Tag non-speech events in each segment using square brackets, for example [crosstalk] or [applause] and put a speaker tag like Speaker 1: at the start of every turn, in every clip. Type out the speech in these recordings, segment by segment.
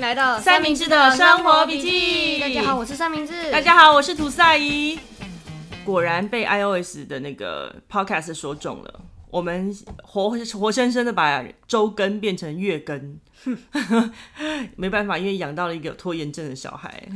Speaker 1: 来到
Speaker 2: 三明治的生活笔记
Speaker 1: 大家好，我是三明治。
Speaker 2: 大家好，我是涂赛怡。果然被 iOS 的那个 podcast 说中了，我们活活生生的把周更变成月更。 [laughs] 没办法，因为养到了一个有拖延症的小孩。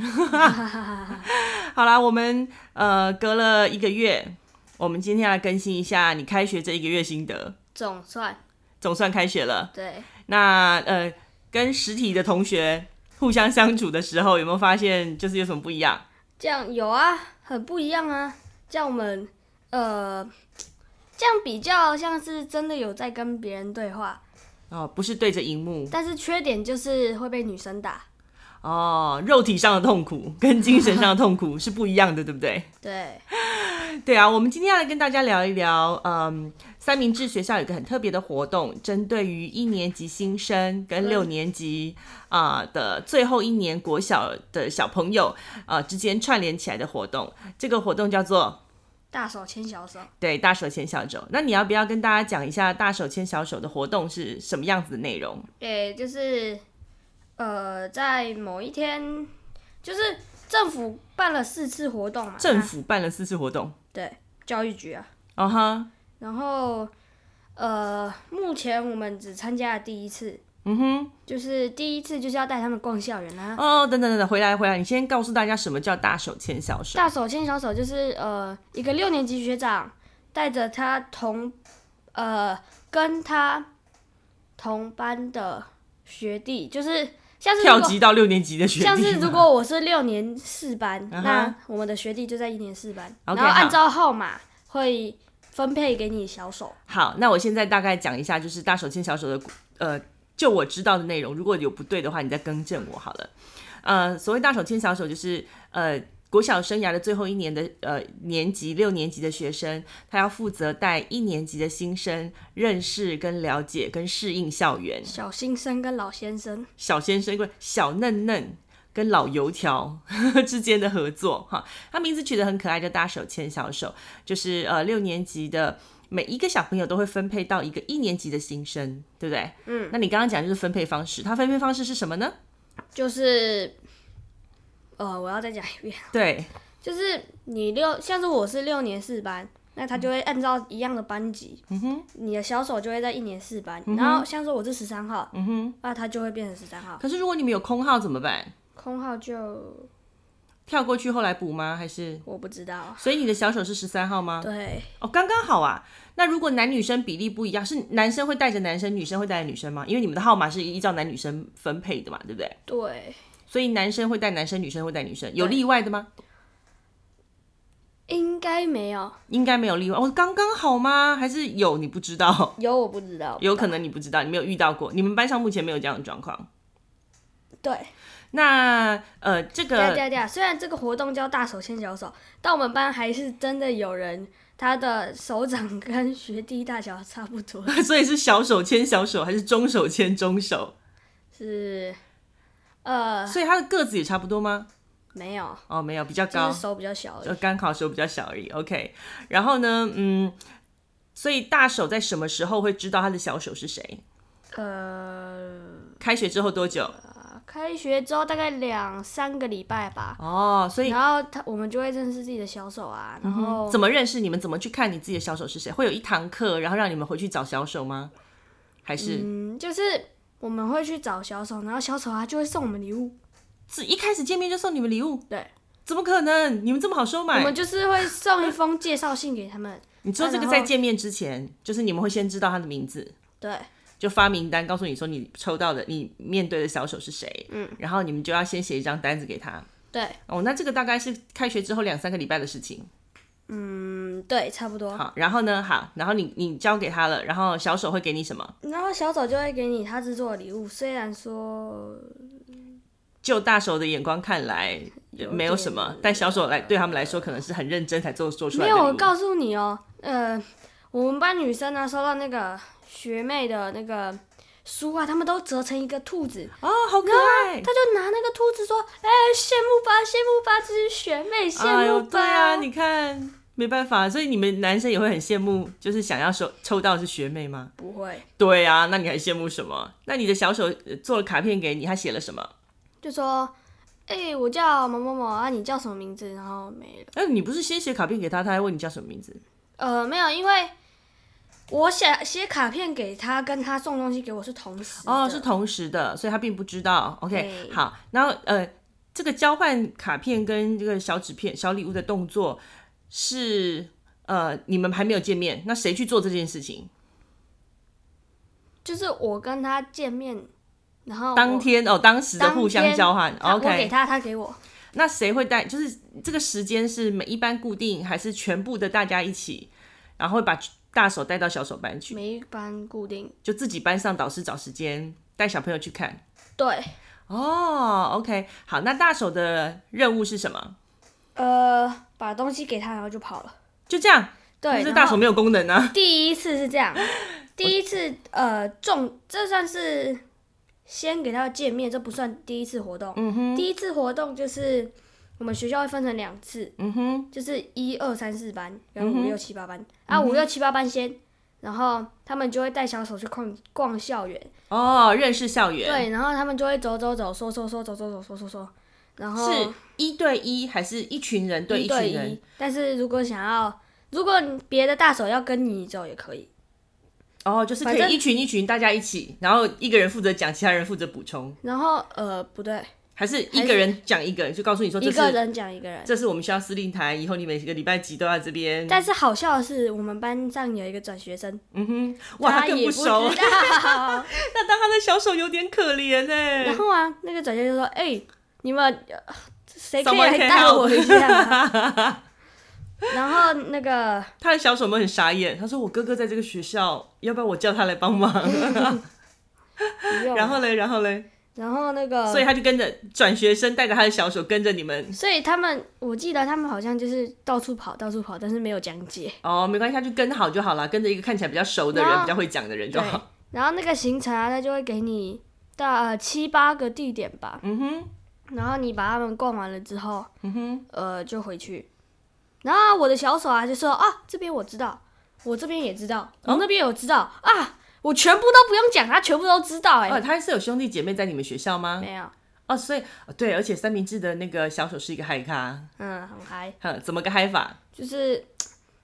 Speaker 2: [laughs] 好啦，我们呃隔了一个月，我们今天来更新一下你开学这一个月心得。
Speaker 1: 总算
Speaker 2: 总算开学了，
Speaker 1: 对，
Speaker 2: 那呃跟实体的同学互相相处的时候，有没有发现就是有什么不一样？
Speaker 1: 这样有啊，很不一样啊。这样我们呃，这样比较像是真的有在跟别人对话，
Speaker 2: 哦，不是对着荧幕
Speaker 1: 但是缺点就是会被女生打。
Speaker 2: 哦，肉体上的痛苦跟精神上的痛苦是不一样的，对不对？
Speaker 1: 对，
Speaker 2: 对啊，我们今天要来跟大家聊一聊，嗯，三明治学校有一个很特别的活动，针对于一年级新生跟六年级啊、的最后一年国小的小朋友啊、之间串联起来的活动。这个活动叫做
Speaker 1: 大手牵小手。
Speaker 2: 对大手牵小手。那你要不要跟大家讲一下大手牵小手的活动是什么样子的内容？
Speaker 1: 对，就是呃，在某一天，就是政府办了四次活动嘛，
Speaker 2: 政
Speaker 1: 那
Speaker 2: 府办了四次活动，
Speaker 1: 对教育局啊，
Speaker 2: 啊哈，
Speaker 1: 然后，呃，目前我们只参加了第一次，
Speaker 2: 嗯哼。
Speaker 1: 就是第一次就是要带他们逛校园啊啦、
Speaker 2: 哦，等等等等，回来回来，你先告诉大家什么叫大手牵小手。
Speaker 1: 大手牵小手就是呃，一个六年级学长带着他同呃跟他同班的学弟，就是像是如
Speaker 2: 跳
Speaker 1: 果
Speaker 2: 级到六年级的学弟吗，
Speaker 1: 像是如果我是六年四班，
Speaker 2: 嗯哼
Speaker 1: 那我们的学弟就在一年四班
Speaker 2: OK，
Speaker 1: 然后按
Speaker 2: 好
Speaker 1: 照号码会分配给你小手。
Speaker 2: 好，那我现在大概讲一下，就是大手牵小手的，呃，就我知道的内容，如果有不对的话，你再更正我好了。呃，所谓大手牵小手，就是呃。国小生涯的最后一年的呃年级六年级的学生，他要负责带一年级的新生认识、跟了解、跟适应校园。
Speaker 1: 小新生跟老先生，
Speaker 2: 小先生、小嫩嫩跟老油条 [laughs] 之间的合作哈。他名字取得很可爱，叫大手牵小手，就是呃六年级的。每一个小朋友都会分配到一个一年级的新生，对不对？嗯，那你刚刚讲就是分配方式，它分配方式是什么呢？
Speaker 1: 就是，呃，我要再讲一遍，
Speaker 2: 对，
Speaker 1: 就是你六，像是我是六年四班，那他就会按照一样的班级，嗯哼，你的小手就会在一年四班，然后像是我是十三号，嗯哼，那他就会变成十三号，
Speaker 2: 可是如果你们有空号怎么办？
Speaker 1: 空号就
Speaker 2: 跳过去后来补吗？还是？
Speaker 1: 我不知道，
Speaker 2: 所以你的小手是十三号吗？
Speaker 1: 对，
Speaker 2: 哦，刚刚好啊。那如果男女生比例不一样，是男生会带着男生，女生会带着女生吗？因为你们的号码是依照男女生分配的嘛，对不对？
Speaker 1: 对，
Speaker 2: 所以男生会带男生，女生会带女生，有例外的吗？
Speaker 1: 应该没有，
Speaker 2: 应该没有例外，哦，刚刚好吗？还是有你不知道？ [laughs]
Speaker 1: 有我不知道，
Speaker 2: 有可能你不知道，你没有遇到过，你们班上目前没有这样的状况。
Speaker 1: 对，
Speaker 2: 那呃，这
Speaker 1: 对啊
Speaker 2: 个
Speaker 1: 对啊对啊，虽然这个活动叫大手牵小手，但我们班还是真的有人。他的手掌跟学弟大小差不多，
Speaker 2: [laughs] 所以是小手牵小手，还是中手牵中手？
Speaker 1: 是，呃，
Speaker 2: 所以他的个子也差不多吗？
Speaker 1: 没有，
Speaker 2: 哦，没有，比较
Speaker 1: 就
Speaker 2: 高
Speaker 1: 是，手比较小而已
Speaker 2: 就刚好手比较小而已。OK，然后呢，嗯，所以大手在什么时候会知道他的小手是谁？
Speaker 1: 呃，啊
Speaker 2: 开学之后多久？
Speaker 1: 开学之后大概两三个礼拜吧，
Speaker 2: 哦，所以嗯
Speaker 1: 然后他我们就会认识自己的小手啊，然后、
Speaker 2: 怎么认识？你们怎么去看你自己的小手是谁？会有一堂课，然后让你们回去找小手吗？还是
Speaker 1: 嗯，就是我们会去找小手，然后小手啊就会送我们礼物，
Speaker 2: 自一开始见面就送你们礼物？
Speaker 1: 对，
Speaker 2: 怎么可能？你们这么好收
Speaker 1: 我
Speaker 2: 买？
Speaker 1: 们就是会送一封介绍信给他们，
Speaker 2: [laughs] 你说这
Speaker 1: 啊
Speaker 2: 个
Speaker 1: 然后
Speaker 2: 在见面之前，就是你们会先知道他的名字，
Speaker 1: 对
Speaker 2: 就发名单，告诉你说你抽到的、你面对的小手是谁。嗯，然后你们就要先写一张单子给他。
Speaker 1: 对，
Speaker 2: 哦，那这个大概是开学之后两三个礼拜的事情。
Speaker 1: 嗯，对，差不多。
Speaker 2: 好，然后呢？好，然后你你交给他了，然后小手会给你什么？
Speaker 1: 然后小手就会给你他制作的礼物，虽然说
Speaker 2: 就大手的眼光看来，也没有什么
Speaker 1: 点，
Speaker 2: 但小手来对他们来说，可能是很认真才做做出来的
Speaker 1: 没有，
Speaker 2: 礼物。
Speaker 1: 我告诉你哦，呃，我们班女生呢、收到那个学妹的那个书啊，她们都折成一个兔 [laughs] 子，
Speaker 2: 哦，好可爱
Speaker 1: 她！就拿那个兔子说：“哎、羡慕吧，羡慕吧，这是学妹，
Speaker 2: 哎
Speaker 1: 羡
Speaker 2: 呦，
Speaker 1: 慕吧。
Speaker 2: 对啊，你看，没办法，所以你们男生也会很羡慕，就是想要收抽到的是学妹吗？
Speaker 1: 不会，
Speaker 2: 对啊，那你还羡慕什么？那你的小手呃做了卡片给你，他写了什么？
Speaker 1: 就说：“哎、我叫某某某啊，你叫什么名字？”然后没了。
Speaker 2: 哎、你不是先写卡片给他，他还问你叫什么名字？
Speaker 1: 呃，没有，因为我写写卡片给他，跟他送东西给我是同时的
Speaker 2: 哦，是同时的，所以他并不知道。OK，
Speaker 1: 对
Speaker 2: 好，然后呃，这个交换卡片跟这个小纸片、小礼物的动作是呃，你们还没有见面，那谁去做这件事情？
Speaker 1: 就是我跟他见面，然后
Speaker 2: 当
Speaker 1: 我
Speaker 2: 天哦，当时的
Speaker 1: 当
Speaker 2: 互相
Speaker 1: 天
Speaker 2: 交换。
Speaker 1: 他我给
Speaker 2: OK，
Speaker 1: 他，他给我。
Speaker 2: 那谁会带？就是这个时间是每一班固定，还是全部的大家一起，然后会把大手带到小手班去？
Speaker 1: 每一班固定。
Speaker 2: 就自己班上导师找时间带小朋友去看。
Speaker 1: 对，
Speaker 2: 哦，OK，好，那大手的任务是什么？
Speaker 1: 呃，把东西给他，然后就跑了。
Speaker 2: 就这样，
Speaker 1: 对，
Speaker 2: 但是
Speaker 1: 然
Speaker 2: 大
Speaker 1: 后
Speaker 2: 手没有功能啊。
Speaker 1: 第一次是
Speaker 2: [laughs]
Speaker 1: 这样，第一次呃重，这算是先给他见面，这不算第一次活动。嗯哼，第一次活动就是我们学校会分成两次，
Speaker 2: 嗯哼，嗯
Speaker 1: 就是一二三四班跟五六七八班、啊，五六七八班先。然后他们就会带小手去逛逛校园，
Speaker 2: 哦，认识校园，，
Speaker 1: 对，然后他们就会走走走，说说说，走走走，说说说，然后
Speaker 2: 是一对一还是一群人对
Speaker 1: 哦一
Speaker 2: 群
Speaker 1: 对
Speaker 2: 人
Speaker 1: 一？。但是如果想要，如果你别的大手要跟你走也可以，
Speaker 2: 哦，就是可
Speaker 1: 反
Speaker 2: 以
Speaker 1: 正
Speaker 2: 一群一群大家一起，然后一个人负责讲，其他人负责补充，
Speaker 1: 然后呃不对，
Speaker 2: 还是一个人讲一哦个，就告诉你说这
Speaker 1: 一个
Speaker 2: 是
Speaker 1: 人讲一个人。
Speaker 2: 这是我们学校司令台，以后你每个礼拜几都要这边。
Speaker 1: 但是好笑的是，我们班上有一个转学生，
Speaker 2: 嗯哼，哇，他更
Speaker 1: 也
Speaker 2: 不
Speaker 1: 知
Speaker 2: 熟。[laughs]
Speaker 1: [laughs] 道。
Speaker 2: 那当他的小手有点可怜哎、
Speaker 1: 然后啊，那个转学生说：“哎、你们呃谁可以
Speaker 2: Someone
Speaker 1: 来
Speaker 2: can
Speaker 1: 带我一下、啊？”
Speaker 2: [laughs]
Speaker 1: 然后那个
Speaker 2: 他的小手们很傻眼，他说我哥哥在这个学校，要不要我叫他来帮忙？ [laughs]
Speaker 1: 不用
Speaker 2: 然后嘞，然后嘞，
Speaker 1: 然后那个，
Speaker 2: 所以他就跟着转学生，带着他的小手跟着你们。
Speaker 1: 所以他们，我记得他们好像就是到处跑，到处跑，但是没有讲解。
Speaker 2: 哦，没关系，他就跟好就好了，跟着一个看起来比较熟的
Speaker 1: 然
Speaker 2: 人、
Speaker 1: 后
Speaker 2: 比较会讲的人就 [laughs]
Speaker 1: 对
Speaker 2: 好。
Speaker 1: 然后那个行程啊，他就会给你大呃七八个地点吧，
Speaker 2: 嗯哼，
Speaker 1: 然后你把他们逛完了之后，
Speaker 2: 嗯哼，
Speaker 1: 呃，就回去。然后我的小手啊就说啊，这边我知道，我这边也知道，
Speaker 2: 哦
Speaker 1: 我那边有知道、啊，我全部都不用讲，他全部都知道哎、
Speaker 2: 哦，他是有兄弟姐妹在你们学校吗？
Speaker 1: 没有，
Speaker 2: 哦，所以哦对，而且三明治的那个小手是一个嗨咖，
Speaker 1: 嗯，很嗨，
Speaker 2: 哼，怎么个嗨法？
Speaker 1: 就是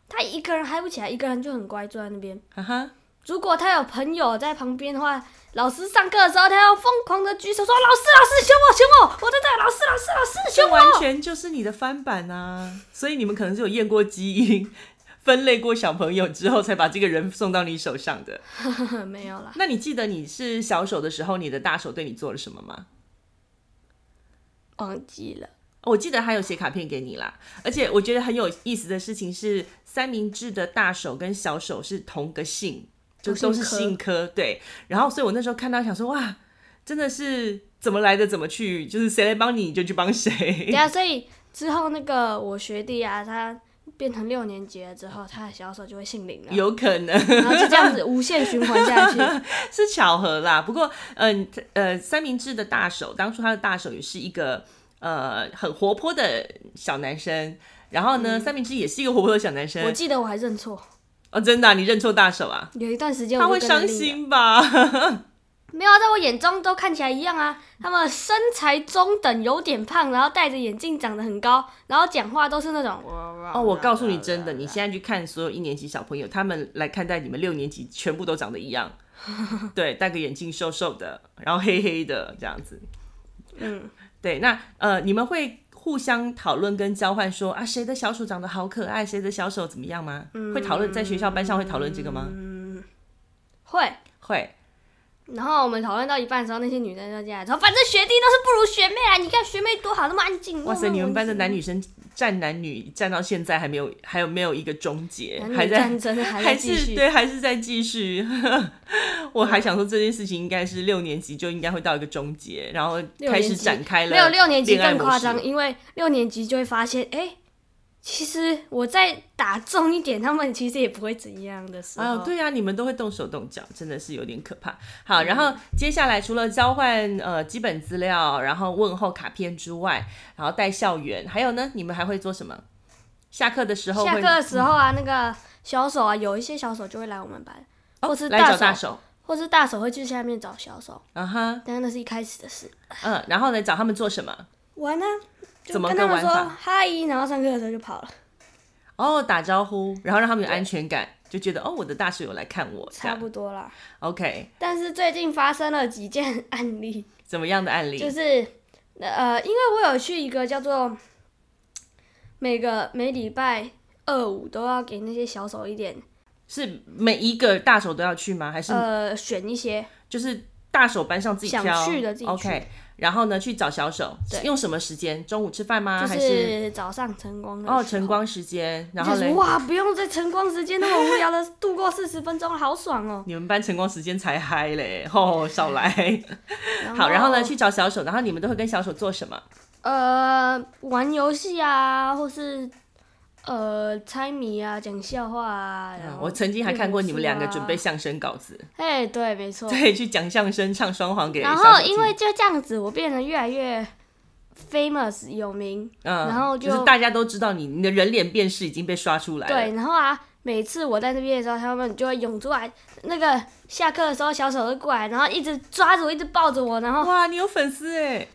Speaker 1: 他一个人嗨不起来，一个人就很乖坐在那边。
Speaker 2: 哈哈，
Speaker 1: 如果他有朋友在旁边的话，老师上课的时候，他要疯狂的举手说：“老师，老师，选我，选我，我在这，老师，老师，老师，选
Speaker 2: 这完
Speaker 1: 我。
Speaker 2: 全就是你的翻版啊！所以你们可能是有验过基因。分类过小朋友之后，才把这个人送到你手上的。”
Speaker 1: [laughs] 没有啦，
Speaker 2: 那你记得你是小手的时候，你的大手对你做了什么吗？
Speaker 1: 忘记了。
Speaker 2: 哦我记得他有写卡片给你啦，而且我觉得很有意思的事情是，三明治的大手跟小手是同个姓，就
Speaker 1: 都
Speaker 2: 都是
Speaker 1: 姓科
Speaker 2: 姓科，对。然后，所以我那时候看到想说，哇，真的是怎么来的怎么去，就是谁来帮你你就去帮谁
Speaker 1: 对。啊，所以之后那个我学弟啊，他变成六年级了之后，他的小手就会姓林了，
Speaker 2: 有可能
Speaker 1: 然后就这样子无限循环下
Speaker 2: [laughs]
Speaker 1: 去。
Speaker 2: 是巧合啦，不过，嗯、呃，三明治的大手，当初他的大手也是一个呃很活泼的小男生，然后呢，三明治也是一个活泼的小男
Speaker 1: 嗯我
Speaker 2: 生。
Speaker 1: 记得我还认错，
Speaker 2: 哦，真的啊、你认错大手啊？
Speaker 1: 有一段时间
Speaker 2: 他
Speaker 1: 我
Speaker 2: 会
Speaker 1: 就跟
Speaker 2: 伤
Speaker 1: 着另一个。
Speaker 2: 心吧？
Speaker 1: 没有啊，在我眼中都看起来一样啊。他们身材中等，有点胖，然后戴着眼镜，长得很高，然后讲话都是那种……哦
Speaker 2: 哦，我告诉你真的，你现在去看所有一年级小朋友，他们来看待你们六年级，全部都长得一
Speaker 1: [laughs]
Speaker 2: 样，对，戴个眼镜，瘦瘦的，然后黑黑的这样子。
Speaker 1: 嗯，
Speaker 2: [laughs] 对，那呃，你们会互相讨论跟交换说啊，谁的小手长得好可爱，谁的小手怎么样吗？会讨论在学校班上会讨论这个吗？
Speaker 1: 嗯会。
Speaker 2: 会。
Speaker 1: 然后我们讨论到一半的时候，那些女生就进来说：“反正学弟都是不如学妹啦，你看学妹多好，那么安静。”
Speaker 2: 哇塞，你们班的男
Speaker 1: 女
Speaker 2: 女生战男女战到现在还没有，还有没有一个终结？
Speaker 1: 男
Speaker 2: 还
Speaker 1: 女
Speaker 2: 在
Speaker 1: 战争还在
Speaker 2: 还
Speaker 1: 继
Speaker 2: 是
Speaker 1: 续。嗯
Speaker 2: 对，还是在继续。 [laughs] 我还想说这件事情应该是六年级就应该会到一个终结，然后
Speaker 1: 六
Speaker 2: 开
Speaker 1: 年
Speaker 2: 始
Speaker 1: 级
Speaker 2: 展开了。
Speaker 1: 没有六年级
Speaker 2: 恋爱
Speaker 1: 更
Speaker 2: 模
Speaker 1: 夸
Speaker 2: 式
Speaker 1: 张，因为六年级就会发现，哎、其实我再打重一点，他们其实也不会怎样的时候。
Speaker 2: 哦，对呀、你们都会动手动脚，真的是有点可怕。好，然
Speaker 1: 嗯
Speaker 2: 后接下来除了交换呃基本资料，然后问候卡片之外，然后带校园，还有呢，你们还会做什么？下课的时候
Speaker 1: 下
Speaker 2: 会嗯
Speaker 1: 课的时候啊，那个小手啊，有一些小手就会来我们班，
Speaker 2: 哦
Speaker 1: 或是
Speaker 2: 来
Speaker 1: 大
Speaker 2: 找大
Speaker 1: 手
Speaker 2: 手，
Speaker 1: 或是大手会去下面找小手，
Speaker 2: 啊哈，
Speaker 1: 但那是一开始的事。
Speaker 2: 嗯，然后呢，找他们做什么？
Speaker 1: 玩啊，就
Speaker 2: 怎么
Speaker 1: 跟他
Speaker 2: 个
Speaker 1: 们说
Speaker 2: 玩法
Speaker 1: 嗨，然后上课的时候就跑了，
Speaker 2: 哦，打招呼，然后让他们有安全感，就觉得哦，我的大室友来看我，这
Speaker 1: 差
Speaker 2: 样
Speaker 1: 不多啦。
Speaker 2: OK，
Speaker 1: 但是最近发生了几件 [laughs] 案例，
Speaker 2: 怎么样的案例？
Speaker 1: 就是呃，因为我有去一个叫做每个每礼拜二五都要给那些小手一点
Speaker 2: 是每一个大手都要去吗？还是
Speaker 1: 呃选一些，
Speaker 2: 就是大手班上自己
Speaker 1: 想
Speaker 2: 挑
Speaker 1: 去的自己去
Speaker 2: OK，然后呢去找小手，
Speaker 1: 对
Speaker 2: 用什么时间？中午吃饭吗？
Speaker 1: 就
Speaker 2: 还是
Speaker 1: 是早上晨光的
Speaker 2: 哦
Speaker 1: 时候
Speaker 2: 晨光时间？然
Speaker 1: 就
Speaker 2: 后
Speaker 1: 是
Speaker 2: 嘞，
Speaker 1: 哇，不用在晨光时间那么无聊的度过四十分钟，好爽
Speaker 2: [laughs]
Speaker 1: 哦。
Speaker 2: 你们班晨光时间才嗨
Speaker 1: [laughs]
Speaker 2: 嘞，哦，少来。好，然
Speaker 1: 然
Speaker 2: 后呢去找小手，然后你们都会跟小手做什么？
Speaker 1: 呃玩游戏啊，或是呃猜谜啊，讲笑话啊。然后
Speaker 2: 我曾经还看过你们两个
Speaker 1: 练习啊
Speaker 2: 准备。相声稿子，
Speaker 1: 哎，对，没错。
Speaker 2: 对，去讲相声、唱双簧给小
Speaker 1: 然
Speaker 2: 手
Speaker 1: 后
Speaker 2: 听
Speaker 1: 因为就这样子，我变得越来越 famous 有名。
Speaker 2: 嗯，
Speaker 1: 然后
Speaker 2: 就
Speaker 1: 就是
Speaker 2: 大家都知道你你的人脸辨识已经被刷出来了，
Speaker 1: 对，然后啊，每次我在那边的时候，他们就会涌出来。那个下课的时候，小手就过来，然后一直抓着我，一直抱着我，然后
Speaker 2: 哇，你有粉丝哎，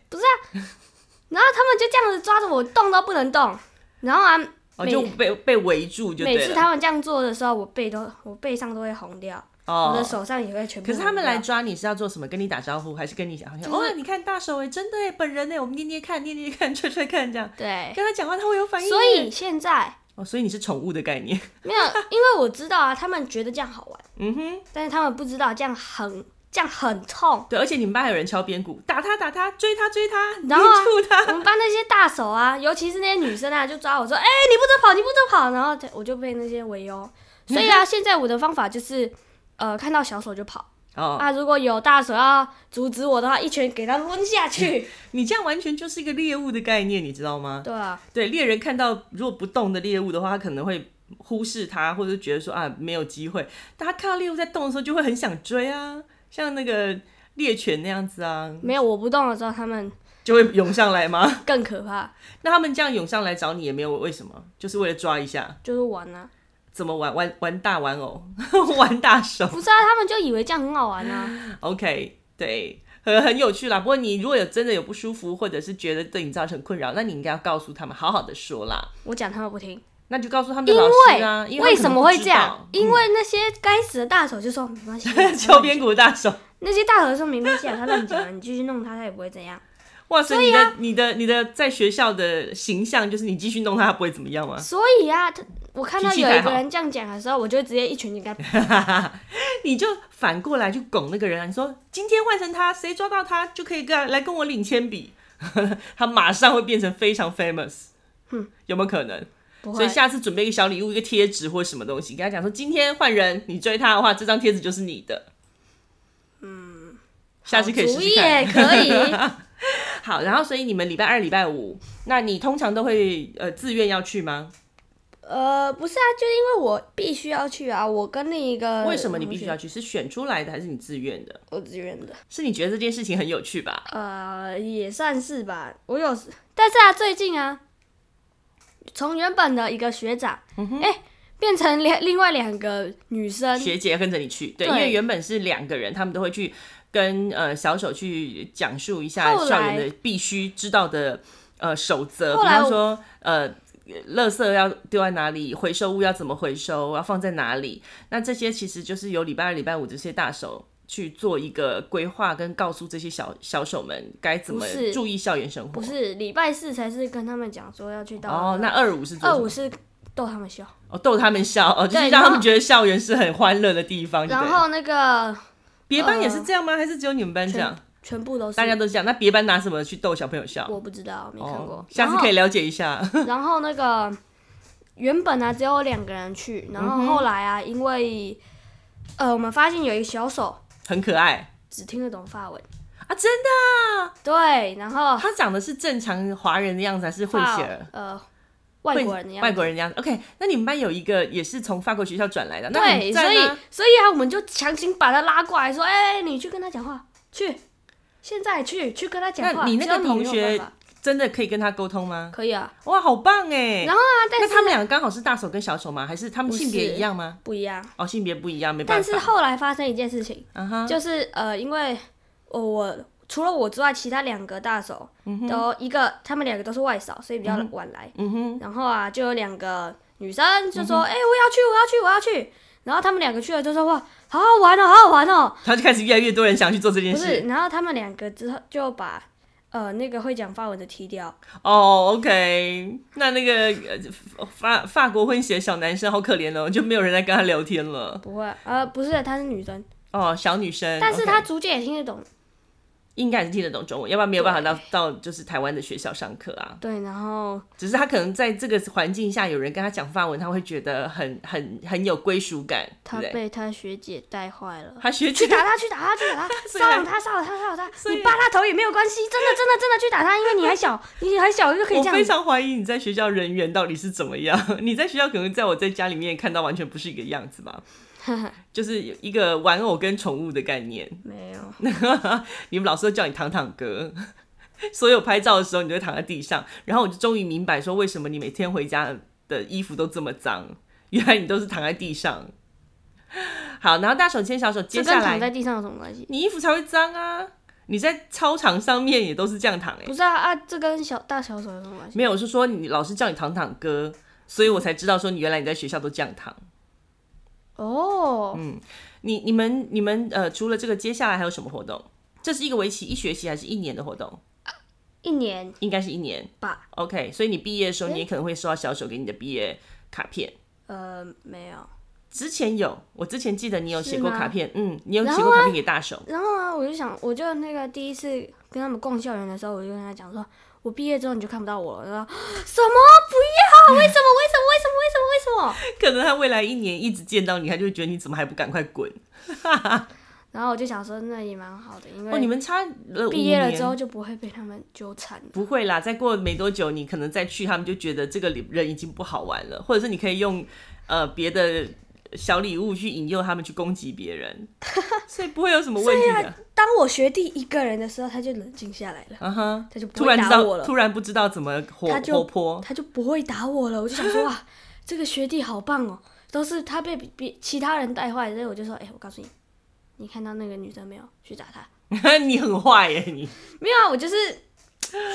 Speaker 1: 然后他们就这样子抓着我，动都不能动。然后啊，
Speaker 2: 哦，
Speaker 1: 每
Speaker 2: 就被被围住就
Speaker 1: 每
Speaker 2: 对
Speaker 1: 次
Speaker 2: 了。
Speaker 1: 他们这样做的时候，我背都我背上都会红掉，我的
Speaker 2: 哦，
Speaker 1: 手上也会全部
Speaker 2: 可
Speaker 1: 红掉。
Speaker 2: 是他们来抓你是要做什么？跟你打招呼，还是跟你讲？好像
Speaker 1: 就是
Speaker 2: 哦，你看大手哎，真的哎，本人哎，我们捏捏看，捏捏看，吹吹看，这样
Speaker 1: 对，
Speaker 2: 跟他讲话他会有反应。欸
Speaker 1: 所以现在
Speaker 2: 哦，所以你是宠物的概念。
Speaker 1: 没有，因为我知道啊，他们觉得这样好玩，
Speaker 2: 嗯哼，
Speaker 1: 但是他们不知道这样很这样很痛。
Speaker 2: 对，而且你们班还有人敲边鼓，打他打他，追他追他，
Speaker 1: 然后啊
Speaker 2: 黏住他。
Speaker 1: [laughs] 我们班那些大手啊，尤其是那些女生啊，就抓我说：“哎、你不准跑，你不准跑！”然后就我就被那些围
Speaker 2: 嗯
Speaker 1: 殴。所以啊，现在我的方法就是，呃，看到小手就跑
Speaker 2: 哦，
Speaker 1: 啊。如果有大手要阻止我的话，一拳给他抡下去。
Speaker 2: 你这样完全就是一个猎物的概念，你知道吗？
Speaker 1: 对啊，
Speaker 2: 对，猎人看到如果不动的猎物的话，他可能会忽视它，或者觉得说啊没有机会。但他看到猎物在动的时候，就会很想追啊，像那个猎犬那样子啊， [laughs]
Speaker 1: 没有我不动的时候，他们
Speaker 2: 就会涌上来吗？
Speaker 1: 更可怕，
Speaker 2: 那他们这样涌上来找你也没有为什么，就是为了抓一下，
Speaker 1: 就是玩啊。
Speaker 2: 怎么玩玩玩大玩偶， [laughs] 玩大手
Speaker 1: 不是啊，他们就以为这样很好玩啊。
Speaker 2: ，OK，对。很很有趣啦，不过你如果有真的有不舒服，或者是觉得对你造成困扰，那你应该要告诉他们，好好的说啦。
Speaker 1: 我讲他们不听，
Speaker 2: 那就告诉他们的
Speaker 1: 因
Speaker 2: 老师啊，
Speaker 1: 为
Speaker 2: 因为
Speaker 1: 为
Speaker 2: 他
Speaker 1: 什
Speaker 2: 们可能
Speaker 1: 么
Speaker 2: 不
Speaker 1: 会
Speaker 2: 知
Speaker 1: 这样
Speaker 2: 道？嗯
Speaker 1: 因为那些该死的大手就说没关系，
Speaker 2: [laughs] 敲边鼓大手，
Speaker 1: 那些大手说没关系啊，他乱讲啊，你继续弄他，他也不会怎样。
Speaker 2: 哇塞！你的你的你的在学校的形象就是你继续弄他，他不会怎么样 [laughs] 吗？
Speaker 1: 所以啊，他我看到
Speaker 2: 脾气
Speaker 1: 有
Speaker 2: 太
Speaker 1: 一
Speaker 2: 好
Speaker 1: 个人这样讲的时候，我就直接一拳就给他。
Speaker 2: 你就反过来去拱那个人啊！你说今天换成他，谁抓到他就可以跟来跟我领铅笔， [laughs] 他马上会变成非常 famous。哼，有没有可能？
Speaker 1: 不
Speaker 2: 所
Speaker 1: 会
Speaker 2: 以，下次准备一个小礼物，一个贴纸或什么东西，跟他讲说，今天换人，你追他的话，这张贴纸就是你的。嗯， [laughs] 下次可以试
Speaker 1: 主意
Speaker 2: 试看。
Speaker 1: 也可
Speaker 2: [laughs]
Speaker 1: 以。
Speaker 2: 好，然后所以你们礼拜二、礼拜五，那你通常都会呃自愿要去吗？
Speaker 1: 呃，不是啊，就因为我必须要去啊，我跟另一个
Speaker 2: 为什么你必须要
Speaker 1: 去？
Speaker 2: 去？是选出来的还是你自愿的？
Speaker 1: 我自愿的。
Speaker 2: 是你觉得这件事情很有趣吧？
Speaker 1: 呃，也算是吧。我有，但是啊，最近啊，从原本的一个学长，哎、变成两另外两个女生，
Speaker 2: 嗯学姐跟着你去，对，
Speaker 1: 对
Speaker 2: 因为原本是两个人，他们都会去跟呃小手去讲述一下
Speaker 1: 后来
Speaker 2: 校园的必须知道的呃守则，比
Speaker 1: 后来
Speaker 2: 方说呃。垃圾要丢在哪里？回收物要怎么回收？要放在哪里？那这些其实就是由礼拜二、礼拜五这些大手去做一个规划，跟告诉这些小小手们该怎么
Speaker 1: 不是
Speaker 2: 注意校园生活。
Speaker 1: 不是礼拜四才是跟他们讲说要去到
Speaker 2: 哦，那二五是做
Speaker 1: 二
Speaker 2: 什么
Speaker 1: 五是逗他们笑，
Speaker 2: 哦，逗他们笑哦，就是
Speaker 1: 对
Speaker 2: 让他
Speaker 1: 然
Speaker 2: 们
Speaker 1: 后
Speaker 2: 觉得校园是很欢乐的地方。对不
Speaker 1: 然
Speaker 2: 对
Speaker 1: 后呃那个
Speaker 2: 别班也是这样吗？还是只有你们班这样？
Speaker 1: 全部都是
Speaker 2: 大家都是这样。那别班拿什么去逗小朋友笑？
Speaker 1: 我不知道，没看过。
Speaker 2: 哦，下次可以了解一下。 [laughs]
Speaker 1: 然后然后那个原本啊只有两个人去，然后后来啊，因为呃我们发现有一个小手
Speaker 2: 很可爱
Speaker 1: 只听得懂法文，
Speaker 2: 啊！真的啊，
Speaker 1: 对，然后
Speaker 2: 他长得是正常华人的样子，还是混血儿？
Speaker 1: 呃外国人的样子。
Speaker 2: 外国人的样子。OK，那你们班有一个也是从法国学校转来的，那很
Speaker 1: 对，
Speaker 2: 赞
Speaker 1: 所以
Speaker 2: 啊。
Speaker 1: 所以啊，我们就强行把他拉过来，说：“哎、你去跟他讲话，去，现在去，去跟他讲话。”
Speaker 2: 那你那个
Speaker 1: 只有
Speaker 2: 同
Speaker 1: 没有
Speaker 2: 学
Speaker 1: 办法
Speaker 2: 真的可以跟他沟通吗？
Speaker 1: 可以啊。
Speaker 2: 哇，好棒哎！
Speaker 1: 然后啊，但
Speaker 2: 那
Speaker 1: 是
Speaker 2: 他们两个刚好是大手跟小手吗？还是他们
Speaker 1: 不
Speaker 2: 性别
Speaker 1: 是
Speaker 2: 一样吗？
Speaker 1: 不一样。
Speaker 2: 哦，性别不一样，没办
Speaker 1: 但是
Speaker 2: 法。
Speaker 1: 后来发生一件事情，
Speaker 2: [laughs] 嗯哼，
Speaker 1: 就是呃，因为我我除了我之外，其他两个大手都一个，他们两个都是外嫂，所以比较晚来。
Speaker 2: 嗯哼，嗯
Speaker 1: 然后啊，就有两个女生就说：“哎、我要去，我要去，我要去。”然后他们两个去了，就说：“哇，好好玩哦，好好玩哦。
Speaker 2: 他就开始越来越多人想去做这”件
Speaker 1: 不
Speaker 2: 事。
Speaker 1: 是，然后他们两个之后就把呃那个会讲法文的踢掉，
Speaker 2: 哦，OK，那那个呃法法国混血小男生好可怜哦，就没有人来跟他聊天了。
Speaker 1: 不会，呃，不是，她是女生，
Speaker 2: 哦，小女生，
Speaker 1: 但是
Speaker 2: OK
Speaker 1: 她逐渐也听得懂。
Speaker 2: 应该还是听得懂中文，要不然没有办法到到就是台湾的学校上课啊。
Speaker 1: 对，然后
Speaker 2: 只是他可能在这个环境下，有人跟他讲法文，他会觉得很很很有归属感，对
Speaker 1: 她
Speaker 2: 不对？
Speaker 1: 被她学姐带坏了。
Speaker 2: 他学
Speaker 1: 去
Speaker 2: 去
Speaker 1: 打他，去打他，去
Speaker 2: [laughs]
Speaker 1: 打他，
Speaker 2: 虽
Speaker 1: 杀
Speaker 2: 然
Speaker 1: 了他，杀了他，杀了他！
Speaker 2: 虽
Speaker 1: 你
Speaker 2: 然
Speaker 1: 扒他头也没有关系，真的，真的，真的去打他，因为你还小，你还小 [laughs] 就可以
Speaker 2: 我
Speaker 1: 这
Speaker 2: 非
Speaker 1: 样。
Speaker 2: 常怀疑你在学校人缘到底是怎么样。 [laughs] 你在学校可能在我在家里面看到完全不是一个样子
Speaker 1: [laughs]
Speaker 2: 吧，就是有一个玩偶跟宠物的概念。
Speaker 1: 没有，
Speaker 2: [laughs] 你们老师都叫你躺躺哥， [laughs] 所有拍照的时候你都会躺在地上。然后我就终于明白说，为什么你每天回家的衣服都这么脏， [laughs] 原来你都是躺在地上。好，然后大手牵小手，接
Speaker 1: 这
Speaker 2: 下
Speaker 1: 跟躺
Speaker 2: 来
Speaker 1: 在地上有什么关系？
Speaker 2: 你衣服才会脏啊！你在操场上面也都是这样躺哎、
Speaker 1: 不是啊啊，这跟小大小手有什么关系？
Speaker 2: 没有，我是说你老师叫你躺躺哥，所以我才知道说你原来你在学校都这样躺。
Speaker 1: 哦，
Speaker 2: 嗯你你们你们呃，除了这个，接下来还有什么活动？这是一个为期一学期还是一年的活动？
Speaker 1: 一年
Speaker 2: 应该是一年。
Speaker 1: 吧，
Speaker 2: OK，所以你毕业的时候，你也可能会收到小手给你的毕业卡片。
Speaker 1: 呃，没有。
Speaker 2: 之前有，我之前记得你有写过
Speaker 1: 是吗啊
Speaker 2: 卡片，嗯，你有
Speaker 1: 然
Speaker 2: 写
Speaker 1: 后
Speaker 2: 过卡片给大手。 [laughs]
Speaker 1: 然后啊，我就想，我就那个第一次跟他们逛校园的时候，我就跟他讲说，我毕业之后你就看不到我了。然后什么不要？为什么？为什么？为什么？为什么？为什么？
Speaker 2: 可能他未来一年一直见到你，他就会觉得你怎么还不赶快滚？
Speaker 1: 然后我就想说，那也蛮好的，因
Speaker 2: 哦，你
Speaker 1: 为
Speaker 2: 们差了五
Speaker 1: 毕业了
Speaker 2: 年
Speaker 1: 之后就不会被他们纠缠了。
Speaker 2: 不会啦，再过没多久，你可能再去，他们就觉得这个人已经不好玩了，或者是你可以用呃别的小礼物去引诱他们去攻击别
Speaker 1: [laughs]
Speaker 2: 人，所以不会有什么问题的。
Speaker 1: 当我学弟一个人的时候，他就冷静下来了，
Speaker 2: 嗯哼，
Speaker 1: 他就不
Speaker 2: 突
Speaker 1: 会
Speaker 2: 然知
Speaker 1: 打我
Speaker 2: 道，
Speaker 1: 了，
Speaker 2: 突然不知道怎么活
Speaker 1: 他就
Speaker 2: 活泼， [laughs]
Speaker 1: 他就不会打我了。我就想说，哇，这个学弟好棒哦！都是他被别其他人带坏的，所以我就说，哎、我告诉你，你看到那个女生没有？去打她。
Speaker 2: 你很坏耶，你。
Speaker 1: 没有啊，我就是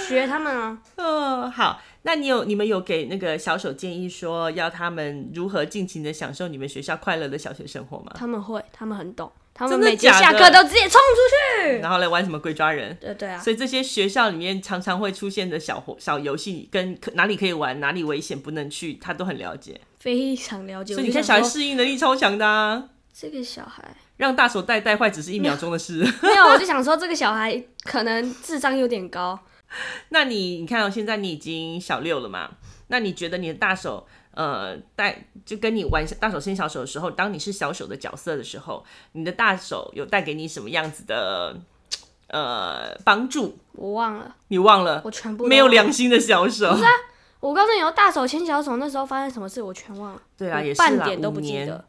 Speaker 1: 学他们
Speaker 2: [laughs]
Speaker 1: 啊。
Speaker 2: 嗯，好，那你有你们有给那个小手建议说要他们如何尽情的享受你们学校快乐的小学生活吗？
Speaker 1: 他们会，他们很懂，他们
Speaker 2: 真的
Speaker 1: 每节
Speaker 2: 假
Speaker 1: 下
Speaker 2: 的
Speaker 1: 课都直接冲出去。
Speaker 2: 然后来玩什么鬼抓人？
Speaker 1: 对对啊，
Speaker 2: 所以这些学校里面常常会出现的小活小游戏，跟可哪里可以玩，哪里危险不能去，他都很了解。
Speaker 1: 非常了解。
Speaker 2: 所
Speaker 1: 我
Speaker 2: 以你
Speaker 1: 就
Speaker 2: 看
Speaker 1: 想
Speaker 2: 小孩
Speaker 1: 说，
Speaker 2: 适应能力超强的啊，
Speaker 1: 这个小孩
Speaker 2: 让大手带带坏只是一秒钟的事。
Speaker 1: 没有，我就想说这个小孩可能智商有点高。
Speaker 2: 那你你看哦到、现在你已经小六了嘛？那你觉得你的大手呃带就跟你玩大手牵小手的时候，当你是小手的角色的时候，你的大手有带给你什么样子的呃帮助？
Speaker 1: 我忘了，
Speaker 2: 你忘了？
Speaker 1: 我全部都
Speaker 2: 没有
Speaker 1: 忘了
Speaker 2: 良心的小手。
Speaker 1: [laughs] 我告诉你哦，大手牵小手那时候发生什么事，我全忘了，
Speaker 2: 对啦，
Speaker 1: 我
Speaker 2: 也是啦，
Speaker 1: 半点都不
Speaker 2: 五
Speaker 1: 记
Speaker 2: 年
Speaker 1: 得。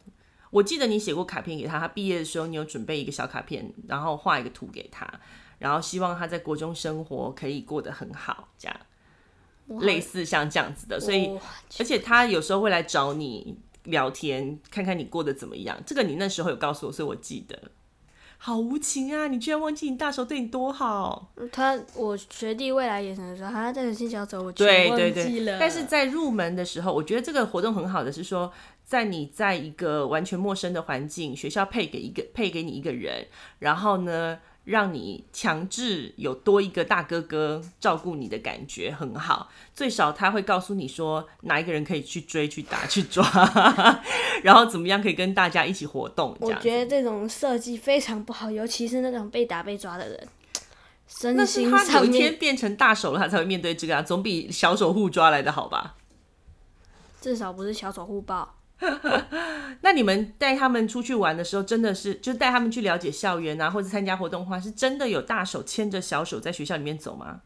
Speaker 2: 我记得你写过卡片给他，他毕业的时候你有准备一个小卡片，然后画一个图给他，然后希望他在国中生活可以过得很好，这样
Speaker 1: 我
Speaker 2: 类似像这样子的，所以
Speaker 1: 我
Speaker 2: 而且他有时候会来找你聊天，看看你过得怎么样。这个你那时候有告诉我，所以我记得。好无情啊！你居然忘记你大手对你多好。
Speaker 1: 嗯他我学弟未来也神的时候，他在人牵小手，我
Speaker 2: 对
Speaker 1: 全忘
Speaker 2: 对
Speaker 1: 记
Speaker 2: 对
Speaker 1: 了。，
Speaker 2: 但是在入门的时候，我觉得这个活动很好的是说，在你在一个完全陌生的环境，学校配给一个配给你一个人，然后呢，让你强制有多一个大哥哥照顾你的感觉很好。最少他会告诉你说哪一个人可以去追、去打、去抓， [laughs] 然后怎么样可以跟大家一起活动这
Speaker 1: 我
Speaker 2: 样。
Speaker 1: 觉得这种设计非常不好，尤其是那种被打被抓的人，身
Speaker 2: 那是
Speaker 1: 心
Speaker 2: 他有
Speaker 1: 上
Speaker 2: 一
Speaker 1: 面
Speaker 2: 天变成大手了，他才会面对这个啊，总比小手互抓来的好吧？
Speaker 1: 至少不是小手互抱。
Speaker 2: 那你们带他们出去玩的时候，真的是就带他们去了解校园啊，或者参加活动的话，是真的有大手牵着小手在学校里面走吗？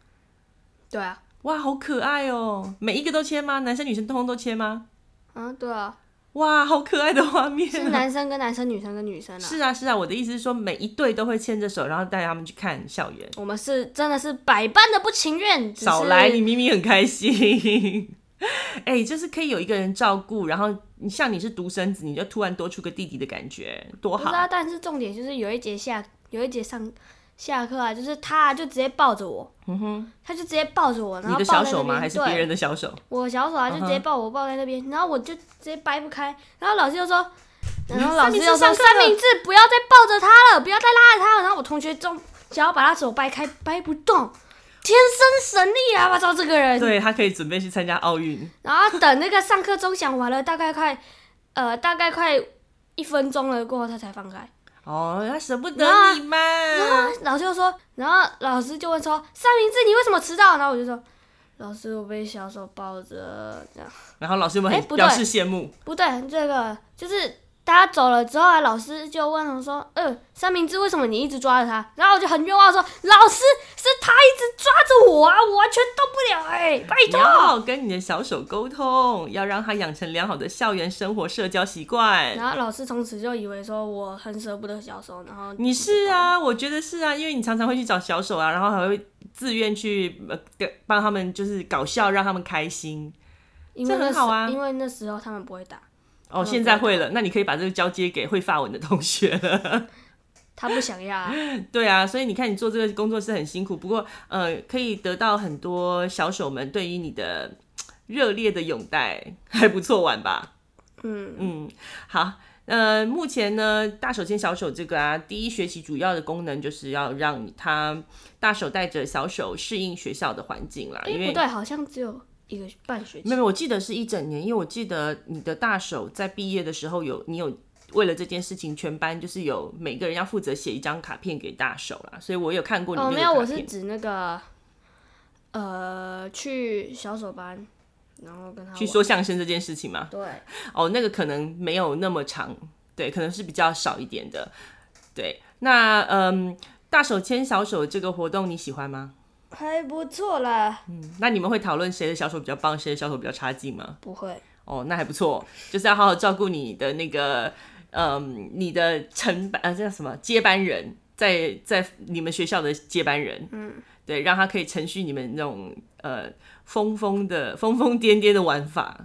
Speaker 1: 对啊，
Speaker 2: 哇，好可爱哦！每一个都牵吗？男生女生通通都牵吗？ [laughs]
Speaker 1: 嗯，对啊，
Speaker 2: 哇，好可爱的画面
Speaker 1: 是
Speaker 2: 啊、
Speaker 1: 男生跟男生，女生跟女生啊。
Speaker 2: 是啊，是啊，我的意思是说，每一队都会牵着手，然后带他们去看校园。
Speaker 1: 我们是真的是百般的不情愿，只是
Speaker 2: 少来，你明明很开心。 [laughs] 哎、就是可以有一个人照顾，然后你像你是独生子，你就突然多出个弟弟的感觉，多
Speaker 1: 不知
Speaker 2: 好。
Speaker 1: 道。但是重点就是有一节下有一节上下课啊，就是他啊就直接抱着我，
Speaker 2: 嗯哼，
Speaker 1: 他就直接抱着我，然
Speaker 2: 你
Speaker 1: 后
Speaker 2: 的
Speaker 1: 抱
Speaker 2: 小
Speaker 1: 在
Speaker 2: 手
Speaker 1: 那
Speaker 2: 吗？
Speaker 1: 边，
Speaker 2: 还是
Speaker 1: 对
Speaker 2: 别人的嗯小手？
Speaker 1: 我小手啊就直接抱我抱在那边，然后我就直接掰不开，然后老师就说，然后老师就说
Speaker 2: 上课了
Speaker 1: 三明治不要再抱着他了，不要再拉着他了，然后我同学就想要把他手掰开，掰不动，天生神力啊！我操，这个人，
Speaker 2: 对他可以准备去参加奥运。
Speaker 1: 然后等那个上课钟响完了，大概快呃大概快一分钟了过后，他才放开。
Speaker 2: 哦，他舍不
Speaker 1: 啊
Speaker 2: 得你嘛。
Speaker 1: 然后老师就说，然后老师就问说：“三明治，你为什么迟到？”然后我就说：“老师，我被小手抱着。”这样
Speaker 2: 然后老师们
Speaker 1: 哎
Speaker 2: 很
Speaker 1: 不对
Speaker 2: 表示羡慕，
Speaker 1: 不对，这个就是大家走了之后啊，老师就问我说：“嗯、三明治，为什么你一直抓着他？”然后我就很冤枉地说：“老师，是他一直抓着我啊，我完全动不了哎、拜
Speaker 2: 你
Speaker 1: 托。”
Speaker 2: 要跟你的小手沟通，要让他养成良好的校园生活社交习惯。
Speaker 1: 然后老师从此就以为说我很舍不得小手，然后
Speaker 2: 你是啊，我觉得是啊，因为你常常会去找小手啊，然后还会自愿去呃给帮他们就是搞笑，让他们开心。
Speaker 1: 因为
Speaker 2: 这很
Speaker 1: 那时
Speaker 2: 好啊
Speaker 1: 因为那时候他们不会打，
Speaker 2: 哦，
Speaker 1: 嗯
Speaker 2: 现在会了，那你可以把这个交接给会发文的同学了。
Speaker 1: 他不想要、啊。
Speaker 2: 对啊，所以你看你做这个工作是很辛苦，不过呃，可以得到很多小手们对于你的嘖热烈的拥戴，还不错玩吧？
Speaker 1: [laughs] 嗯，
Speaker 2: 嗯，好。呃，目前呢，大手牵小手这个啊，第一学期主要的功能就是要让他大手带着小手适应学校的环境啦。
Speaker 1: 哎、
Speaker 2: 因为
Speaker 1: 不对，好像只有一个半学期
Speaker 2: 没。有，我记得是一整年，因为我记得你的大手在毕业的时候有你有为了这件事情，全班就是有每个人要负责写一张卡片给大手啦，所以我有看过你
Speaker 1: 哦，
Speaker 2: 那
Speaker 1: 没
Speaker 2: 个
Speaker 1: 有，
Speaker 2: 卡
Speaker 1: 我是
Speaker 2: 片
Speaker 1: 指那个，呃，去小手班，然后跟他
Speaker 2: 去
Speaker 1: 玩
Speaker 2: 说相声这件事情吗？
Speaker 1: 对，
Speaker 2: 哦，那个可能没有那么长，对，可能是比较少一点的。对，那嗯，大手牵小手这个活动你喜欢吗？
Speaker 1: 还不错啦。
Speaker 2: 嗯那你们会讨论谁的小手比较棒，谁的小手比较差劲吗？
Speaker 1: 不会，
Speaker 2: 哦，那还不错，就是要好好照顾你的那个，嗯，你的承班呃，这叫什么接班人，在在你们学校的接班人，嗯，对，让他可以承续你们那种呃疯疯的疯疯癫癫的玩法，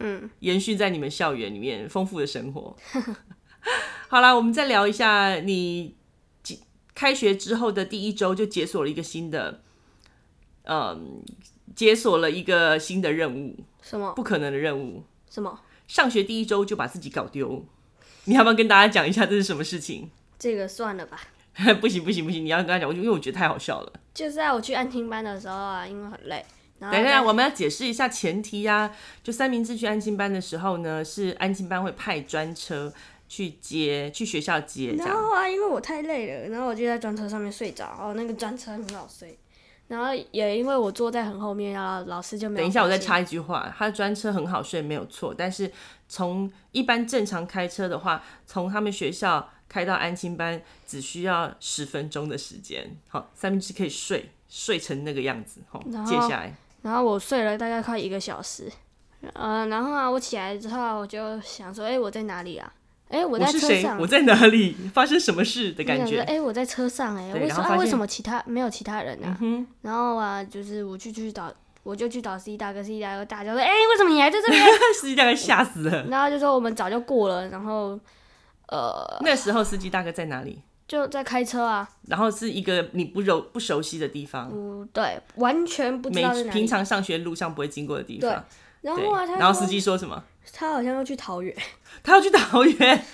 Speaker 1: 嗯，
Speaker 2: 延续在你们校园里面丰富的生活。 [laughs] 好啦，我们再聊一下你几开学之后的第一周就解锁了一个新的，嗯，解锁了一个新的任务，
Speaker 1: 什么
Speaker 2: 不可能的任务。
Speaker 1: 什么，
Speaker 2: 上学第一周就把自己搞丢，你要不要跟大家讲一下这是什么事情？ [laughs]
Speaker 1: 这个算了吧。
Speaker 2: 不行不行不行，你要跟他讲，我就因为我觉得太好笑了。
Speaker 1: 就是在我去安亲班的时候啊，因为很累，然后
Speaker 2: 等一下，
Speaker 1: 在
Speaker 2: 我们要解释一下前提呀、就三明治去安亲班的时候呢，是安亲班会派专车去接，去学校接这
Speaker 1: 然
Speaker 2: 样。
Speaker 1: 后啊，因为我太累了，然后我就在专车上面睡着，哦，那个专车很好睡。然后也因为我坐在很后面，然后老师就没有。
Speaker 2: 等一下，我再。插一句话，他的专车很好睡，没有错。但是从一般正常开车的话，从他们学校开到安亲班只需要十分钟的时间。好，三明治可以睡睡成那个样子。好
Speaker 1: 然，后
Speaker 2: 接下来。
Speaker 1: 然后我睡了大概快一个小时，呃，然后啊，我起来之后啊，我就想说，哎、我在哪里啊？哎、我在
Speaker 2: 是
Speaker 1: 车
Speaker 2: 谁
Speaker 1: 上。？
Speaker 2: 我在哪里？ [laughs] 发生什么事的
Speaker 1: 我
Speaker 2: 感
Speaker 1: 想说，
Speaker 2: 觉？
Speaker 1: 哎、我在车上、哎，
Speaker 2: 对
Speaker 1: 为
Speaker 2: 然
Speaker 1: 什
Speaker 2: 后
Speaker 1: 么、
Speaker 2: 发
Speaker 1: 啊、为
Speaker 2: 现嗯
Speaker 1: 什么其他没有其他人啊？然后啊，就是我去去找，我就去找司机大哥，司机大哥大叫说，哎、为什么你还在
Speaker 2: [laughs]
Speaker 1: 这边？
Speaker 2: 司机大概吓死了。 [laughs]
Speaker 1: 然后就说我们早就过了，然后呃，
Speaker 2: 那时候司机大哥在哪里？
Speaker 1: 就在开车啊，
Speaker 2: 然后是一个你不熟不熟悉的地方，
Speaker 1: 不对，完全不知
Speaker 2: 没
Speaker 1: 道在哪
Speaker 2: 平
Speaker 1: 里。
Speaker 2: 常上学路上不会经过的地方。
Speaker 1: 然
Speaker 2: 对
Speaker 1: 后啊，，他
Speaker 2: 然后
Speaker 1: 说
Speaker 2: 司机说什么？ [laughs]
Speaker 1: 他好像要去桃园，
Speaker 2: 他要去桃园。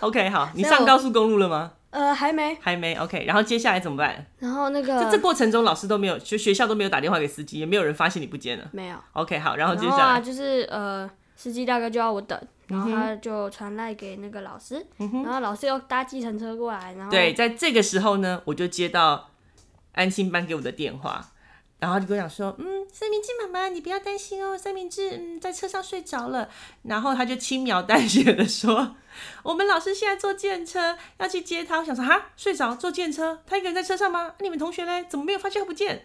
Speaker 2: OK，好，你
Speaker 1: 所以我
Speaker 2: 上高速公路了吗？
Speaker 1: 呃，还没。
Speaker 2: 还没。OK，然后接下来怎么办？
Speaker 1: 然后那
Speaker 2: 这这
Speaker 1: 个
Speaker 2: 过程中老师都没有，就学校都没有打电话给司机，也没有人发现你不见了。
Speaker 1: 没有。
Speaker 2: OK，好，然后接
Speaker 1: 然后
Speaker 2: 下
Speaker 1: 啊，
Speaker 2: 来，嗯
Speaker 1: 就是呃，司机大哥就要我等，然后他就传赖给那个老师，然后老师又搭计程车过来，然后
Speaker 2: 对，在这个时候呢，我就接到安心班给我的电话，然后就跟我讲说，嗯，三明治妈妈，你不要担心哦，三明治嗯在车上睡着了。然后他就轻描淡写的说，我们老师现在坐电车要去接啊他。我想说，哈，睡着坐电车，他一个人在车上吗？那你们同学嘞，怎么没有发现他不见？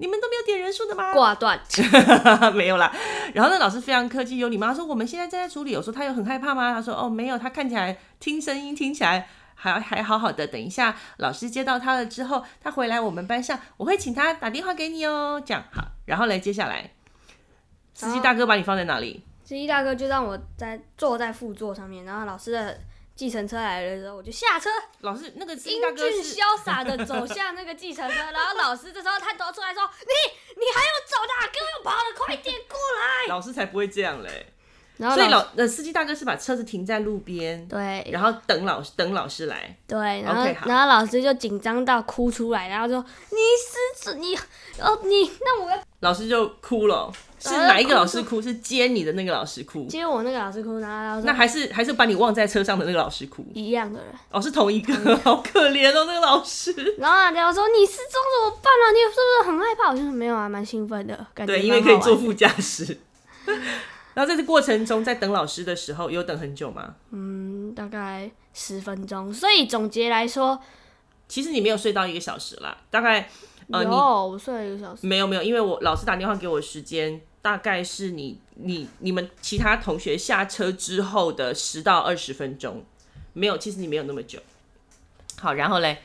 Speaker 2: 你们都没有点人数的吗？
Speaker 1: 挂断。
Speaker 2: [laughs] 没有啦。然后那老师非常客气有礼貌，他说我们现在正在处理。我说他有很害怕吗？他说哦没有，他看起来听声音听起来还还好好的。等一下老师接到他了之后，他回来我们班上，我会请他打电话给你哦。这样好，然后嘞接下来司机大哥把你放在哪里？
Speaker 1: 司机大哥就让我在坐在副座上面，然后老师的计程车来了之后，我就下车，
Speaker 2: 老师那个司机
Speaker 1: 英
Speaker 2: 大哥
Speaker 1: 俊
Speaker 2: 是
Speaker 1: 潇洒的走向那个计程车，然后老师这时候探头出来说：“你你还要走的啊，给我跑了，快点过来
Speaker 2: 老师才不会这样嘞。！” [laughs]
Speaker 1: 然后
Speaker 2: 所以老呃司机大哥是把车子停在路边，
Speaker 1: 对
Speaker 2: 然后等老师等老师来。
Speaker 1: 对，然后
Speaker 2: OK，好
Speaker 1: 然后老师就紧张到哭出来，然后说：“你是你哦你那我要
Speaker 2: 老师就哭了，是哪一个老师哭？是接你的那个老师哭，
Speaker 1: 接我那个老师哭，然后然后
Speaker 2: 那
Speaker 1: 说
Speaker 2: 还是还是把你忘在车上的那个老师哭？
Speaker 1: 一样的人。”
Speaker 2: 哦，是同一个， [laughs] 好可怜哦，那个老师。
Speaker 1: 然后然后说你失踪怎么办啊？你是不是很害怕？我就说没有啊，蛮兴奋的感觉。
Speaker 2: 对，因为可以坐。副驾驶。 [laughs] 然后在这过程中，在等老师的时候，有等很久吗？
Speaker 1: 嗯，大概十分钟。所以总结来说，
Speaker 2: 其实你没有睡到一个小时啦，大概呃，
Speaker 1: 有
Speaker 2: 你
Speaker 1: 我睡了一个小时。
Speaker 2: 没有没有，因为我老师打电话给我的时间，大概是你你你们其他同学下车之后的十到二十分钟，没有，其实你没有那么久。好，然后嘞，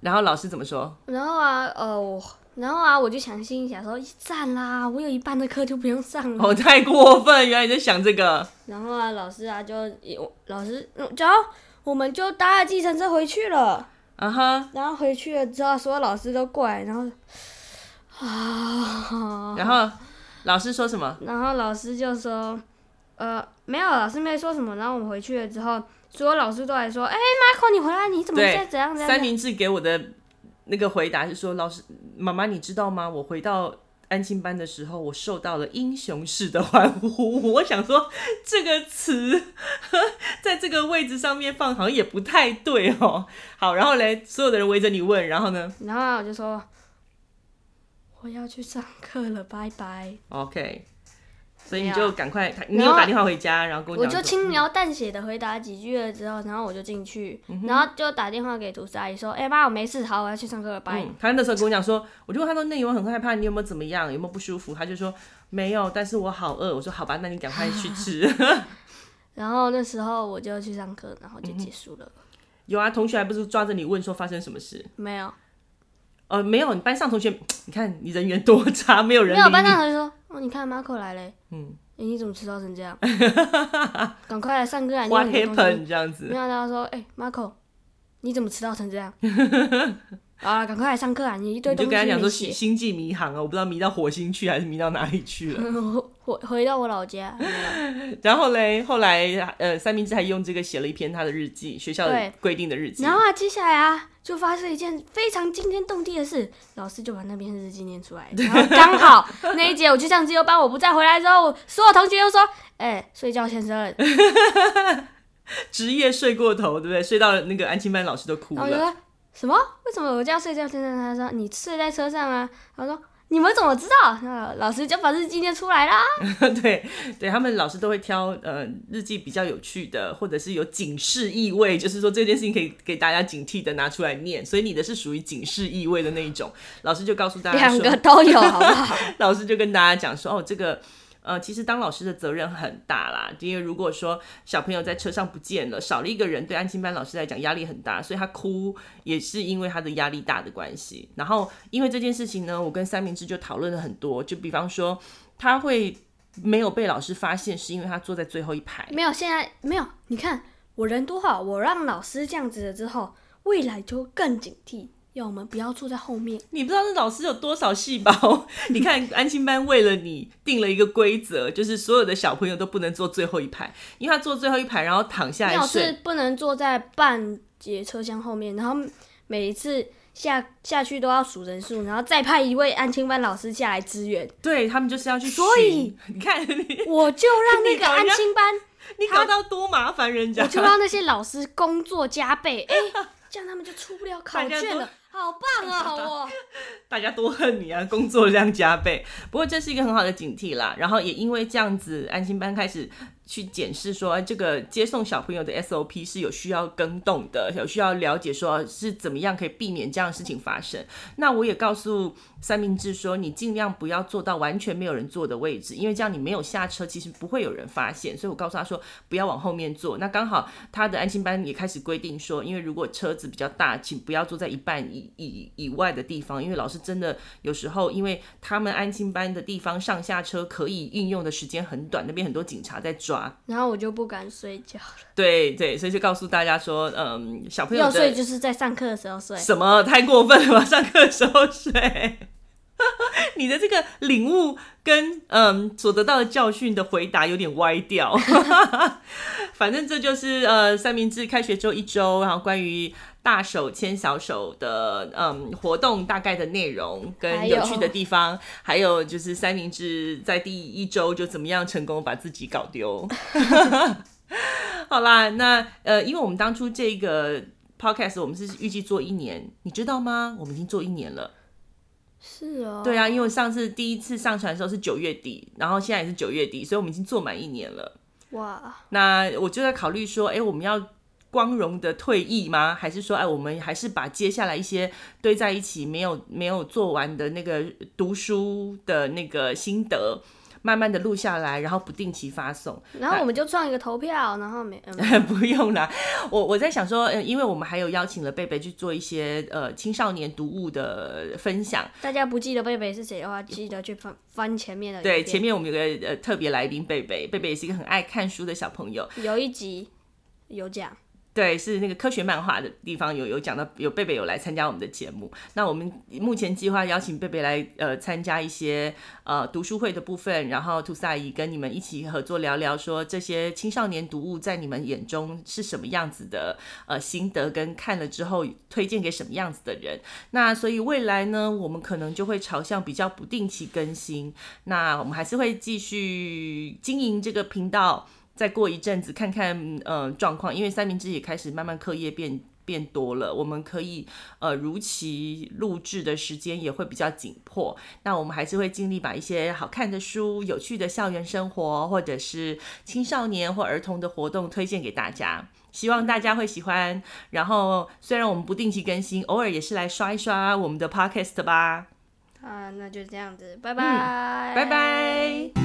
Speaker 2: 然后老师怎么
Speaker 1: [laughs]
Speaker 2: 说？
Speaker 1: 然后啊，呃，我然后啊，我就想心想说，赞啦，我有一半的课就不用上了。
Speaker 2: 哦，太过分！原来你在想这个，
Speaker 1: 然后啊，老师啊，就我老师，嗯然后我们就搭了计程车回去了。
Speaker 2: 啊哈。
Speaker 1: 然后回去了之后，所有老师都过来，然后啊，
Speaker 2: 然后老师说什么？
Speaker 1: 然后老师就说，呃，没有，老师没说什么。然后我们回去了之后，所有老师都来说，哎、m i c h a e l 你回来，你怎么
Speaker 2: 对
Speaker 1: 现在怎样怎样？
Speaker 2: 三明治给我的那个回答是说：“老师，妈妈，你知道吗？我回到安亲班的时候，我受到了英雄式的欢呼。”我想说这个词 [laughs] 在这个位置上面放好像也不太对哦。 [laughs] 好，然后嘞，所有的人围着你问，然后呢
Speaker 1: 然后我就说，我要去上课了，拜拜。
Speaker 2: ？OK，所以你
Speaker 1: 没
Speaker 2: 就
Speaker 1: 有
Speaker 2: 赶快，他你
Speaker 1: 然
Speaker 2: 有
Speaker 1: 后
Speaker 2: 打电话回家，然后跟
Speaker 1: 我
Speaker 2: 讲
Speaker 1: 就
Speaker 2: 说，
Speaker 1: 轻描淡写的回答几句了之后，然后我就进去，
Speaker 2: 嗯
Speaker 1: 然后就打电话给吐司阿姨说，哎、妈，我没事，好，我要去上课了，拜。
Speaker 2: 嗯，他那时候跟我讲说，我就问他说，那你有没有很害怕？你有没有怎么样？有没有不舒服？他就说没有，但是我好饿。我说好吧，那你赶快去
Speaker 1: [laughs]
Speaker 2: 吃。
Speaker 1: 然后那时候我就去上课，然后就
Speaker 2: 嗯
Speaker 1: 结束了，
Speaker 2: 有啊，同学还不是抓着你问说发生什么事？
Speaker 1: 没有，
Speaker 2: 呃，没有，你班上同学，你看你人缘多差，没有人
Speaker 1: 没
Speaker 2: 理
Speaker 1: 有
Speaker 2: 你。
Speaker 1: 班上同学说，哦，你看 Marco 来嘞，
Speaker 2: 嗯
Speaker 1: 哎、你怎么迟到成
Speaker 2: [laughs]
Speaker 1: 这样？赶快来上课啊！你有
Speaker 2: What
Speaker 1: 很多东西。
Speaker 2: happened？这样子
Speaker 1: 没，有，他说：“哎、m a r c o 你怎么迟到成这
Speaker 2: [laughs]
Speaker 1: 样？啊，赶快来上课啊！你一堆
Speaker 2: 你就
Speaker 1: 东西
Speaker 2: 跟他讲说
Speaker 1: 没
Speaker 2: 星
Speaker 1: 写。
Speaker 2: 星际迷航啊，我不知道迷到火星去还是迷到哪里去
Speaker 1: [laughs]
Speaker 2: 了。
Speaker 1: 回回到我老家，没
Speaker 2: 嗯
Speaker 1: 有
Speaker 2: 然后嘞，后来呃，三明治还用这个写了一篇他的日记，学校的
Speaker 1: 对
Speaker 2: 规定的日记
Speaker 1: 然。后啊，接下来啊，就发生一件非常惊天动地的事。老师就把那篇日记念出来，然后刚好那一节我去上自由班，我不再回来之后，所有同学又说：‘哎、睡觉先生。’
Speaker 2: 职业睡过头，对不对？睡到那个安亲班老师都哭
Speaker 1: 然后我就
Speaker 2: 了。
Speaker 1: 说：‘什么？为什么我叫睡觉先生？’他说：‘你睡在车上啊。’他说：‘你们怎么知道？’那老师就把日记念出来啦。
Speaker 2: [laughs] 对对，他们老师都会挑呃日记比较有趣的，或者是有警示意味，就是说这件事情可以给大家警惕的拿出来念。所以你的是属于警示意味的那一种，老师就告诉大家
Speaker 1: 两
Speaker 2: 说，
Speaker 1: 个都有，好不好？ [laughs]
Speaker 2: [laughs] 老师就跟大家讲说，哦，这个。呃，其实当老师的责任很大啦，因为如果说小朋友在车上不见了，少了一个人，对安亲班老师来讲压力很大，所以他哭也是因为他的压力大的关系。然后因为这件事情呢，我跟三明治就讨论了很多，就比方说他会没有被老师发现，是因为他坐在最后一排。
Speaker 1: 没有，现在没有。你看我人多好，我让老师这样子了之后，未来就更警惕，要我们不要坐在后面。
Speaker 2: 你不知道那老师有多少细胞。 [laughs] 你看安亲班为了你定了一个规则，就是所有的小朋友都不能坐最后一排，因为他坐最后一排，然后躺下
Speaker 1: 没
Speaker 2: 来
Speaker 1: 有
Speaker 2: 睡
Speaker 1: 是。不能坐在半节车厢后面，然后每一次下下去都要数人数，然后再派一位安亲班老师下来支援。
Speaker 2: 对他们就是要去寻，
Speaker 1: 所以
Speaker 2: 你看你
Speaker 1: 我就让
Speaker 2: [laughs]
Speaker 1: 那
Speaker 2: 你
Speaker 1: 个
Speaker 2: 搞人
Speaker 1: 安
Speaker 2: 家
Speaker 1: 亲班，
Speaker 2: 你搞到多麻烦人家
Speaker 1: 我，就让那些老师工作加倍，哎、这样他们就出不了考
Speaker 2: 大家
Speaker 1: 卷
Speaker 2: 都
Speaker 1: 了。好棒啊，我！
Speaker 2: [laughs] 大家多恨你啊，工作量加倍。不过这是一个很好的警惕啦。然后也因为这样子，安心班开始去检视说，哎这个接送小朋友的 SOP 是有需要更动的，有需要了解说是怎么样可以避免这样的事情发生。那我也告诉三明治说，你尽量不要坐到完全没有人坐的位置，因为这样你没有下车，其实不会有人发现。所以我告诉他说，不要往后面坐。那刚好他的安心班也开始规定说，因为如果车子比较大，请不要坐在一半以以以外的地方，因为老师真的有时候，因为他们安心班的地方上下车可以运用的时间很短，那边很多警察在抓。
Speaker 1: 然后我就不敢睡觉，
Speaker 2: 对对，所以就告诉大家说，嗯，小朋友
Speaker 1: 要
Speaker 2: 的
Speaker 1: 睡就是在上课的时候睡。
Speaker 2: 什么太过分了吧？上课的时候睡。 [laughs] 你的这个领悟跟嗯所得到的教训的回答有点歪掉，反正这就是呃三明治开学之后一周，然后关于大手牵小手的嗯活动大概的内容跟
Speaker 1: 还有
Speaker 2: 有趣的地方，还有就是三明治在第一周就怎么样成功把自己搞丢。好啦，那呃，因为我们当初这个 podcast 我们是预计做一年，你知道吗？我们已经做一年了。
Speaker 1: 是哦，
Speaker 2: 对啊，因为我上次第一次上传的时候是九月底，然后现在也是九月底，所以我们已经做满一年了。
Speaker 1: 哇，
Speaker 2: 那我就在考虑说，哎、我们要光荣的退役吗？还是说，哎、我们还是把接下来一些堆在一起没有没有做完的那个读书的那个心得，慢慢的录下来，然后不定期发送。 [laughs]
Speaker 1: 然后我们就创一个投票，然后没，嗯
Speaker 2: 不用啦，我我在想说，呃，因为我们还有邀请了贝贝去做一些呃青少年读物的分享，
Speaker 1: 大家不记得贝贝是谁的话，记得去翻翻前面的影
Speaker 2: 对，
Speaker 1: 片。
Speaker 2: 前面我们有个呃特别来宾贝贝，贝贝也是一个很爱看书的小朋友，
Speaker 1: 有一集有讲，
Speaker 2: 对，是那个科学漫画的地方有有讲到，有贝贝有来参加我们的节目。那我们目前计划邀请贝贝来呃参加一些呃读书会的部分，然后涂萨姨跟你们一起合作聊聊，说这些青少年读物在你们眼中是什么样子的呃心得，跟看了之后推荐给什么样子的人。那所以未来呢，我们可能就会朝向比较不定期更新。那我们还是会继续经营这个频道。再过一阵子看看呃状况，因为三明治也开始慢慢课业变变多了，我们可以呃如期录制的时间也会比较紧迫。那我们还是会尽力把一些好看的书、有趣的校园生活，或者是青少年或儿童的活动推荐给大家。希望大家会喜欢。然后，虽然我们不定期更新，偶尔也是来刷一刷我们的 podcast 吧。
Speaker 1: 啊，那就这样子，拜拜，
Speaker 2: 嗯拜拜。